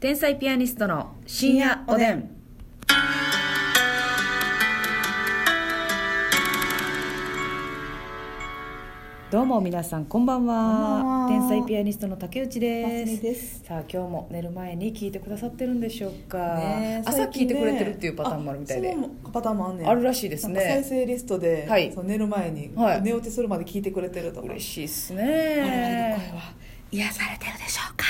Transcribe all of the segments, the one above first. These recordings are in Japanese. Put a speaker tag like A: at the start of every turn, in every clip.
A: 天才ピアニストの深夜おでん。どうも皆さんこんばんは
B: こんばんは
A: 天才ピアニストの竹内で
B: ますすみです
A: さあ今日も寝る前に聞いてくださってるんでしょうか、
B: ね
A: 朝
B: 最
A: 聞い
B: 近
A: て
B: ね
A: くれてるっていうパターンもあるみたいで
B: あそうパターンもあんねん
A: あるらしいですね
B: なんか再生リストで、
A: はい
B: その寝る前に、
A: はい
B: 寝落ちするまで聞いてくれてるとか
A: 嬉しいです
B: 我々の声
A: ね
B: は
A: 癒されてるでしょうか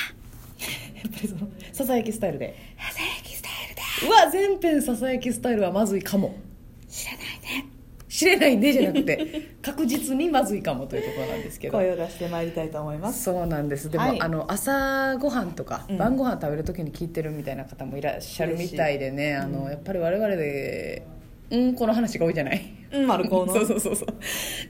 A: やっぱりそのささやきスタイルで
B: ささやきスタイルだ
A: うわ全編ささやきスタイルはまずいかも
B: 知らないね
A: 知れないねじゃなくて 確実にまずいかもというところなんですけど
B: 声を出してまいりたいと思います
A: そうなんですでも、
B: はい
A: あの朝ごはんとか、
B: うん
A: 晩ご飯食べる時に聞いてるみたいな方もいらっしゃるみたいでねあのやっぱり我々でうんこの話が多いじゃない
B: うんマルコー の
A: そうそうそうそう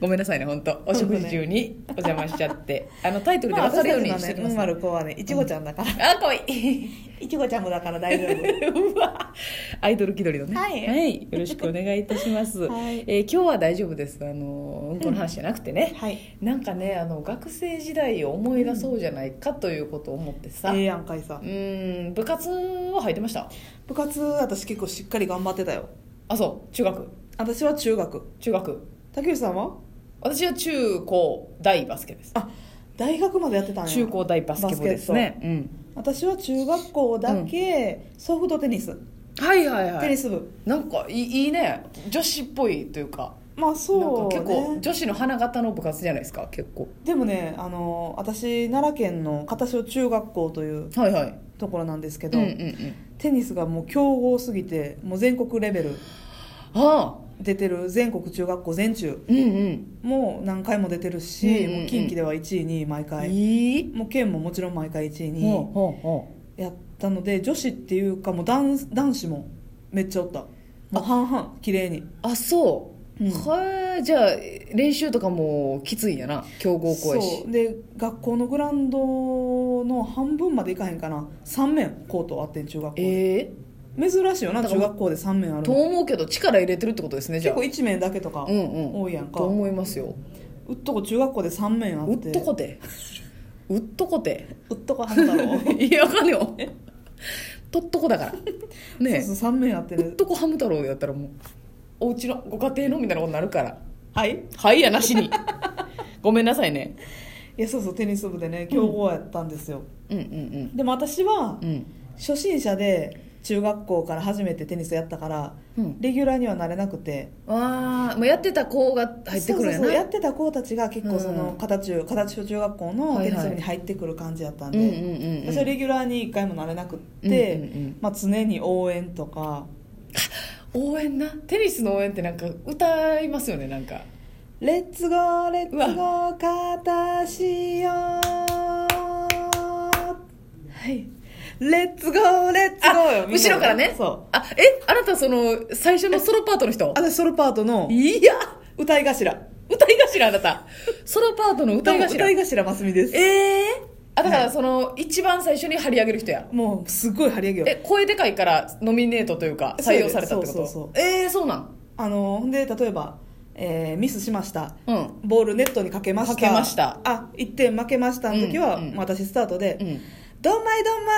A: ごめんなさいね本当お食事中にお邪魔しちゃって、あのタイトルで
B: まあ
A: 分か
B: 私
A: るように
B: た
A: し
B: ち
A: てき
B: のね
A: ま
B: う
A: す、
B: んマルコーはねいちごちゃんだから、
A: あ来い
B: いちごちゃんもだから大丈夫
A: うわアイドル気取りのね
B: はい
A: よろしくお願いいたします、
B: はい
A: えー今日は大丈夫ですあのうんこの話じゃなくてね、
B: はい
A: なんかねあの学生時代を思い出そうじゃないかということを思ってさ、
B: ええやんかいさ
A: うーん部活は入ってました
B: 部活私結構しっかり頑張ってたよ
A: あそう中学
B: 私は中学
A: 中学
B: 竹内さんは
A: 私は中高大バスケです
B: あ大学までやってたんや
A: 中高大バスケ部ですね
B: 私は中学校だけ、ソフトテニス、
A: うん、はいはいは
B: テニ
A: い
B: ス部
A: なんかいいいいね女子っぽいというか
B: まあそう、ね、
A: なんか結構女子の花形の部活じゃないですか結構
B: でもねあの私奈良県の片塩中学校という
A: はいはい
B: ところなんですけ
A: う
B: ど、
A: んうんうん
B: テニスがもう強豪すぎてもう全国レベル
A: ああ
B: 出てる全国中学校全中
A: うんうん
B: もう何回も出てるし、
A: うんうんうん
B: もう近畿では1位2位毎回、
A: いい
B: もう県ももちろん毎回1位
A: ほう
B: 2
A: ほうほ
B: 位やったので女子っていうかもう男男子もめっちゃおったもう半々綺麗に
A: うあそう、
B: うん
A: はえじゃあ練習とかもきついんやな強豪校やし
B: そうで学校のグラウンドの半分までいかへんかな3面コートあってん中学校で
A: ええ
B: 珍しいよな
A: だか
B: 中
A: ら
B: 学校で3面ある
A: と
B: の
A: 思うけど力入れてるってことですねじゃ
B: 結
A: あ
B: 構1面だけとか
A: うんうん
B: 多いやんか、
A: と
B: う
A: 思いますよ
B: っとこ中学校で3面あ
A: う
B: っ
A: ってとこ てうっとこて
B: うっとこはんだろ
A: いやわかんねよとっとこだからね え
B: そうそう3面あって
A: うっ
B: ね
A: とこハム太郎やったらもうお家のご家庭のみたいなことになるから
B: はい
A: はいやなしにごめんなさいね
B: いやそうそうテニス部でね強豪やったんですよ、
A: うんうん
B: でも私は
A: うんうん
B: 初心者で中学校から初めてテニスやったから
A: うん
B: レギュラーにはなれなくて
A: ああもうやってた子が入ってくるんや
B: そうそうそうや
A: な
B: ってた子たちが結構そうの
A: ん
B: 片中片中中学校のテニス部に入ってくる感じやったんで、私はレギュラーに1回もなれなくって、
A: うんうんうん
B: まあ、常に応援とか
A: 応援なテニスの応援ってなんか歌いますよねなんか
B: 「レッツゴーレッツゴ
A: う
B: ー片しよう」はい「レッツゴーレッツゴーよ」みんなで
A: 後ろからね
B: そう
A: あえあなたその最初のソロパートの人
B: 私ソロパートの
A: いや
B: 歌い頭
A: 歌い頭あなたソロパートの歌い頭
B: 歌い頭ますみです
A: ええあだからその一番最初に張り上げる人や
B: もうすっごい張り上げよう
A: え声でかいからノミネートというか採用されたってこ
B: そうですそ
A: と
B: うそう
A: ええそうなん
B: あのほんで例えば、えーミスしました
A: うん
B: ボールネットにかけました
A: かけました
B: あ1点負けましたの時は、
A: うんうん
B: まあ私スタートで
A: う、ん
B: どんまいどんまい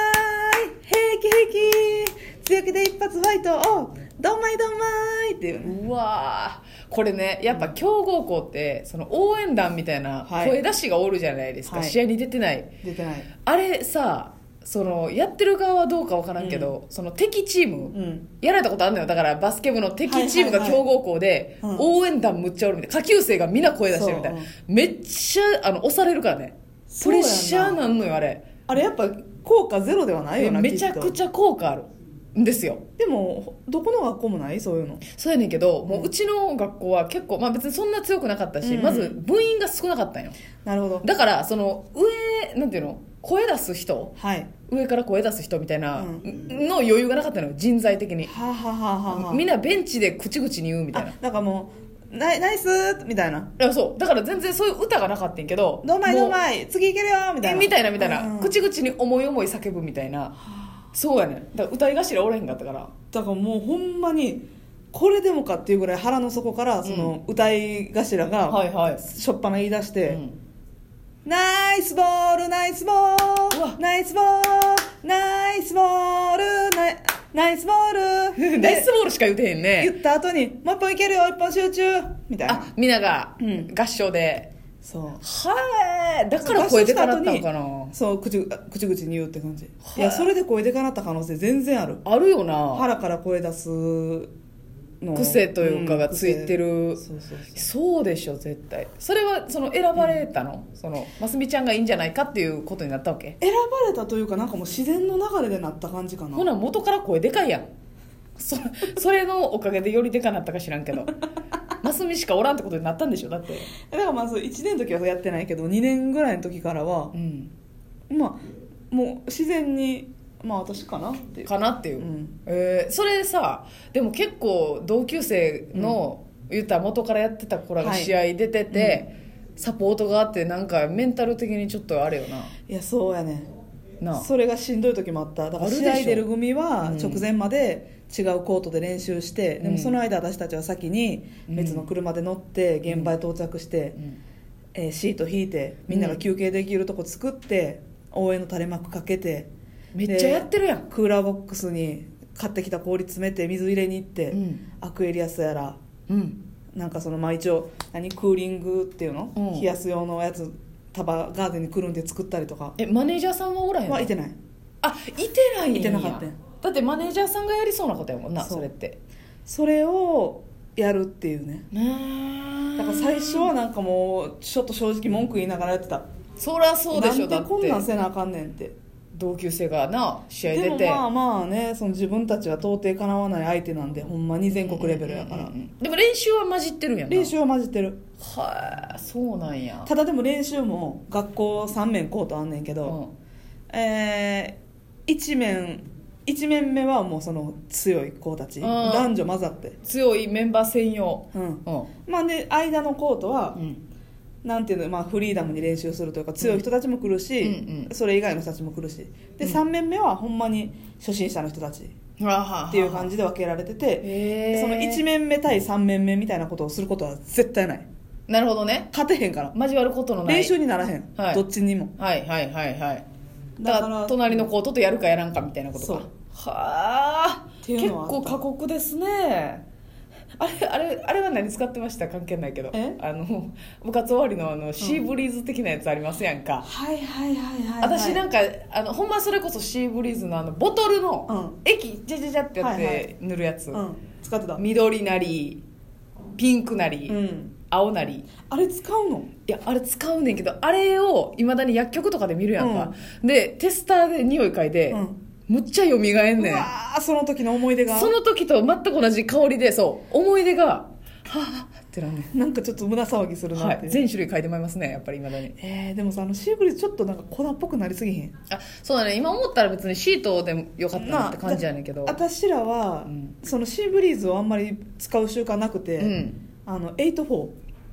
B: 平気平気強気で一発ファイトおうどんまいどんまいっていうね
A: うわーこれねやっぱ強豪校ってその応援団みたいな
B: はい
A: 声出しがおるじゃないですか、
B: はい
A: 試合に出てない
B: 出てない
A: あれさそのやってる側はどうかわからんけど、その敵チーム、
B: うん
A: やられたことあるのよだからバスケ部の敵チームが
B: はいはいは
A: 強
B: い
A: 豪校で、
B: うん
A: 応援団むっちゃおるみたいな下級生がみんな声出してるみたいな、
B: そう
A: めっちゃあの押されるからねプレッシャーなんのよあれ
B: あれやっぱ効果ゼロではないよな
A: めちゃく
B: ゃ
A: ちゃ効果あるんですよ
B: でもどこの学校もないそういうの
A: そうやねんけど、もううんうちの学校は結構、まあ、別にそんな強くなかったし、
B: うんうん
A: まず部員が少なかったんよ
B: なるほど
A: だからその上なんていうの声出す人
B: はい
A: 上から声出す人みたいな
B: う
A: の余裕がなかったのよ人材的に
B: はあ、はあはあはあはあ、
A: みんなベンチで口々に言うみたいな
B: あなんかもうナイナイスみたいな
A: だからそうだから全然そういう歌がなかったんけど
B: どんまいどん
A: もう
B: まい次いけるよみたい
A: え
B: な
A: みたいなみたいな、
B: うん
A: 口々に思い思い叫ぶみたいなそうやねんだから歌い頭おらへんかったから
B: だからもうほんまにこれでもかっていうぐらい腹の底からその歌い頭が
A: いはい、
B: しょっぱな言い出し
A: う
B: て
A: ん
B: 「ナイスボールナイスボー
A: うわ
B: ルナイスボールナイスボナイスボ ール
A: ナイスボールしか言うてへん
B: で言
A: ね
B: った後にもう一本いけるよ一本集中みたいな
A: あみんなが
B: うん
A: 合唱で、
B: そう
A: はいだから声でかなったんかな
B: そう口口々に言うって感じ
A: はい
B: いやそれで声でかなった可能性全然ある
A: あるよな
B: 腹から声出すの
A: 癖というかがついて
B: う
A: る
B: ん癖そうそうそ
A: そうでしょ絶対それはその選ばれたの,、そのますみちゃんがいいんじゃないかっていうことになったわけ
B: う選ばれたというかなんかもう自然の流れでなった感じかな
A: ほな元から声でかいやんそそれのおかげでよりでかなったか知らんけ どますみしかおらんってことになったんでしょだって
B: だからまあそう1年の時はやってないけど2年ぐらいの時からは
A: う、ん
B: まあもう自然にまあ私かなっていう
A: かなっていう、
B: うん
A: えーそれさでも結構同級生の、言ったら元からやってた子らが
B: はい
A: 試合出てて、サポートがあってなんかメンタル的にちょっとあれよ
B: いやそうやね
A: ななあ
B: それがしんどい時もあっただか
A: あ
B: ら
A: るでし
B: 試
A: ょ
B: 合出る組は
A: うん
B: 直前まで違うコートで練習して、で
A: うん
B: もその間私たちは先に
A: うん
B: 別の車で乗って現場へ到着して、
A: うん
B: えーシート引いてみんなが休憩できるとこ作って、応援の垂れ幕かけて
A: めっちゃやってるやん、
B: クーラーボックスに買ってきた氷詰めて水入れに行って、
A: うん
B: アクエリアスやら
A: うん
B: なんかそのまあ一応何クーリングっていうの、
A: うん
B: 冷やす用のやつ束ガーデンにくるんで作ったりとか
A: えマネージャーさんはおらへんの
B: はいてない
A: あいてないんや
B: いてなかったんや
A: だってマネージャーさんがやりそうなことやもんなそ
B: そう
A: れって
B: それをやるっていうね
A: ね
B: だから最初はなんかもうちょっと正直文句言いながらやってた
A: そりゃそうでしょ
B: な
A: だっ
B: んでこんなん
A: て
B: せなあかんねんって
A: 同級生がな試合
B: で
A: 出
B: も
A: て
B: まあまあねその自分たちは到底かなわない相手なんでほんまに全国レベルやから、
A: うんうんうんでも練習は混じってるんやんな
B: 練習は混じってる
A: はいそうなんや
B: ただでも練習も学校3面コートあんねんけ
A: う
B: ど、
A: ん
B: えー、1面1面目はもうその強い子たち
A: うん
B: 男女混ざって
A: 強いメンバー専用
B: うん
A: うん
B: まあで間のコートは、
A: うん
B: なんていうの、まあ、フリーダムに練習するというか強い人たちも来るし、
A: うんうんうん
B: それ以外の人たちも来るしで、
A: うん
B: 3面目はほんまに初心者の人たちっ
A: あはは
B: ていう感じで分けられてて、
A: へえ
B: その1面目対3面目みたいなことをすることは絶対ない
A: なるほどね
B: 勝てへんから
A: 交わることのない
B: 練習にならへん、
A: はい
B: どっちにも
A: はいはいはいはいだ
B: だ
A: か
B: からら
A: 隣の子ととやるかやらんかみたいなことか
B: そう
A: はあ
B: ってい
A: 結
B: うのはあった
A: 構過酷ですねあれあれあれは何使ってました関係ないけど
B: え
A: あの部活終わりのあのシーブリーズ的なやつありますやんか、
B: はいはいはいはい、
A: 私なんかあのほんまそれこそシーブリーズのあのボトルの
B: う
A: 液ジャジャジャってやっ
B: はいはい
A: て塗るやつ、
B: うん、使ってた、
A: 緑なりピンクなり、
B: うん、
A: 青なり
B: あれ使うの
A: いやあれ使うねんけどあれをいまだに薬局とかで見るやんか、でテスターで匂い嗅いで、
B: うん
A: むっちゃ蘇んねん
B: うわーその時の思い出が
A: その時と全く同じ香りでそう思い出がはあってなんね
B: なんかちょっと胸騒ぎす
A: ん、
B: るな
A: は
B: って
A: い、
B: いう、
A: 全種類嗅いでまいりますねやっぱりいまだに
B: えー、でもさあのシーブリーズちょっとなんか粉っぽくなりすぎへん
A: あそうだね今思ったら別にシートでもよかったなって感じやねんけど
B: な私らは、
A: うん
B: そのシーブリーズをあんまり使う習慣なくて、
A: うん
B: あの84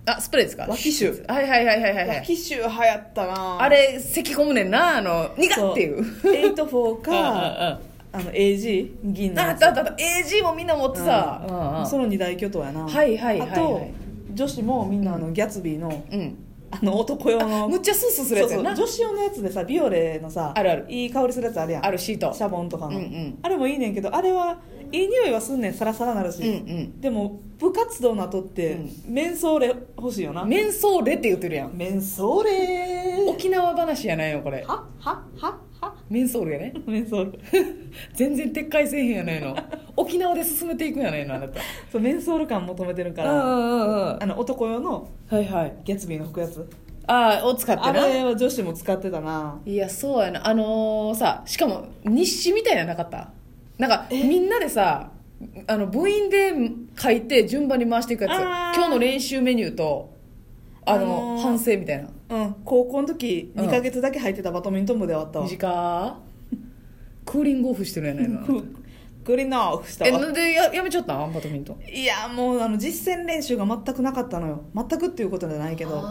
A: あスプレーですか
B: ワキシュ
A: はいはいはいはいはいは
B: ラ
A: い
B: キシュ流行ったな
A: あれ咳込むねんなあの苦
B: そ
A: っ
B: う
A: っていう
B: 84かあ
A: あ
B: の AG 銀の
A: あ
B: や
A: ったあっ
B: つ
A: たあった AG もみんな持ってさ、
B: う
A: うんんうん
B: その二大巨頭やな
A: はいはいはいはい
B: あと女子もみんなあのギャツビーの、
A: うん
B: あの男用の
A: むっちゃスースーするやつやな
B: そうそう女子用のやつでさビオレのさ
A: あるある
B: いい香りするやつあるやん
A: あるシート
B: シャボンとかの、
A: うんうん
B: あれもいいねんけどあれはいい匂いはすんねんサラサラなるし、
A: うん
B: でも部活動の後って、
A: う
B: メンソーレ欲しいよ
A: う
B: なん
A: メンソーレって言ってるやん
B: メンソーレ
A: 沖縄話やないのこれ
B: はははは
A: メンソールやね
B: メンソール
A: 全然撤回せえへんや ないの沖縄で進めていくんやないのあなた
B: そうメンソール感求めてるからあ
A: うんうんうん
B: の男用の
A: はいはい
B: ギャツビーの拭くやつ
A: ああを使って
B: あ
A: な
B: れは女子も使ってたない
A: やそうやなあのーさしかも日誌みたいなのなかったなんかみんなでさあの部員で書いて順番に回していくやつ
B: あー
A: 今日の練習メニューとあの、
B: あのー
A: 反省みたいな
B: うん高校の時
A: うん
B: 2ヶ月だけ入ってたバドミントン部ではあったわ、
A: 短クーリングオフしてるやないの
B: ふ グリーンナーフした
A: え
B: わ
A: なんでややめちゃったんバドミントン
B: いやもうあの実践練習が全くなかったのよ全くっていうことじゃないけど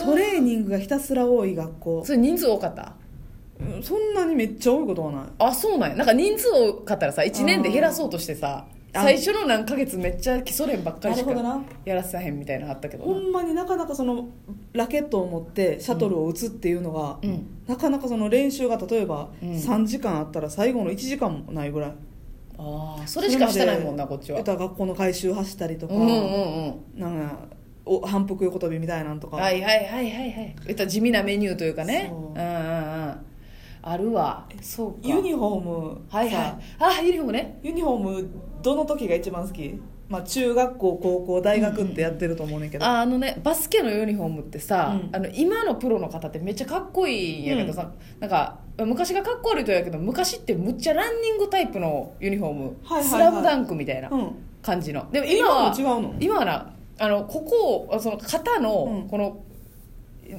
B: ト
A: トレ
B: レーニングがひたすら多い学校
A: それ人数多かった
B: うんそんなにめっちゃ多いことはない
A: あそうなんやなんか人数多かったらさ1年で減らそうとしてさ
B: あ
A: 最初の何ヶ月めっちゃ基礎練ばっかりし
B: なるほど
A: か
B: な
A: やらせへんみたいなのあったけど
B: ほ
A: なん
B: まになかなかそのラケットを持ってシャトルを打つっていうのが、
A: うん
B: なかなかその練習が例えば
A: うん
B: 3時間あったら最後の1時間もないぐらい、
A: あああそれしかしてないもんなこっちは
B: だから学校の改修走ったりとか、
A: うんうんうん
B: なんかお反復横跳びみたいなんとか、
A: はいはいはいはいはい言ったら地味なメニューというかね
B: そううん
A: うんうんあるわそうか
B: ユニフォーム
A: はい
B: さ
A: はいあユニフォームね
B: ユニフォームどの時が一番好き、まあ、中学校高校大学ってやってると思うねんけど、
A: ああのねバスケのユニフォームってさ、
B: うん
A: あの今のプロの方ってめっちゃかっこいいんやけどさ、なんか昔がかっこ悪いとやけど昔ってむっちゃランニングタイプのユニフォーム、
B: はいはいはい
A: スラムダンクみたいな
B: うん
A: 感じのでも今
B: 今
A: は
B: は違うの
A: 今はなあのここをその肩
B: う
A: の
B: ん
A: この、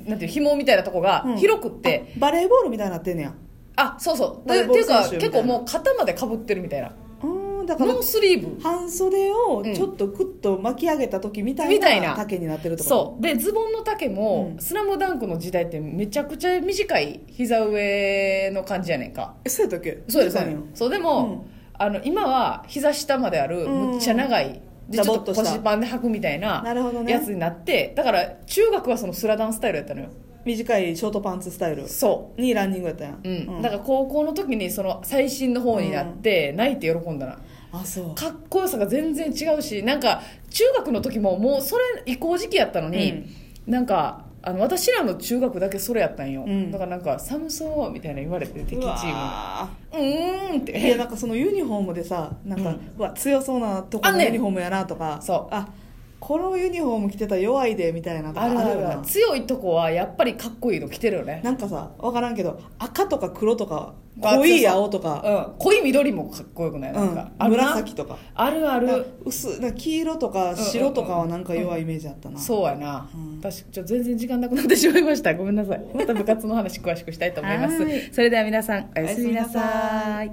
A: なんていう紐みたいなとこが
B: うん
A: 広くって、
B: バレーボールみたいになってんねや
A: あそうそう
B: バレ
A: で
B: ー
A: っ
B: ボ
A: てい
B: ール
A: うか
B: 選手み
A: 結
B: たいな
A: 構もう肩までかぶってるみたいな
B: うんだから
A: ノースリーブ
B: 半袖を
A: うん
B: ちょっとグッと巻き上げた時みたい
A: みたい
B: な
A: な
B: 丈になってるってこと
A: そうでズボンの丈も、
B: うん
A: スラムダンクの時代ってめちゃくちゃ短い膝上の感じやねんか
B: えそうやったっけ
A: そうです
B: そうや
A: ね
B: ん
A: そうで
B: う
A: も
B: ん、
A: あの今は膝下まである
B: うん
A: むっちゃ長い、で
B: ダ
A: ち
B: ボ
A: ょっ
B: っ
A: と
B: とした
A: 腰パンで履くみたいな
B: なるほどね
A: やつになってだから中学はそのスラダンスタイルやったのよ
B: 短いショートパンツスタイル
A: そ
B: にランニングやったやん、
A: う、うんだから高校の時にその最新の方になって、泣いて喜んだな
B: あそう
A: かっこよさが全然違うしなんか中学の時ももうそれ移行時期やったのに、なんかあの私らの中学だけそれやったんよ、
B: うん
A: だからなんか「寒そう」みたいな言われて敵チ
B: うわ
A: ー
B: ー
A: ムにうーんっ
B: いや
A: て
B: なんかそのユニフォームでさなんか、
A: う
B: うんわ強そうなとこ
A: あん
B: の
A: ねん
B: ユニフォームやなとか
A: そう
B: あこのユニフォーム着てたら弱いでみたいなとか
A: あ
B: ある
A: る
B: よ
A: ある
B: な
A: 強いとこはやっぱりかっこいいの着てるよね
B: なんかさ分からんけど赤とか黒とか
A: あ
B: 濃い
A: 強そう
B: 青とか、
A: うん濃い緑もかっこよくないなんか、
B: うん、
A: あるな
B: 紫とか
A: あるあ
B: なんか
A: る
B: 薄いなんか黄色とか白とかはなんか弱いイメージあったな、
A: そうやな、
B: うん
A: 私ちょ全然時間なくなってしまいましたごめんなさいまた部活の話詳しくしたいと思いま
B: は
A: す
B: い
A: それでは皆さんおやすみな
B: おやすみな
A: さ
B: さ
A: い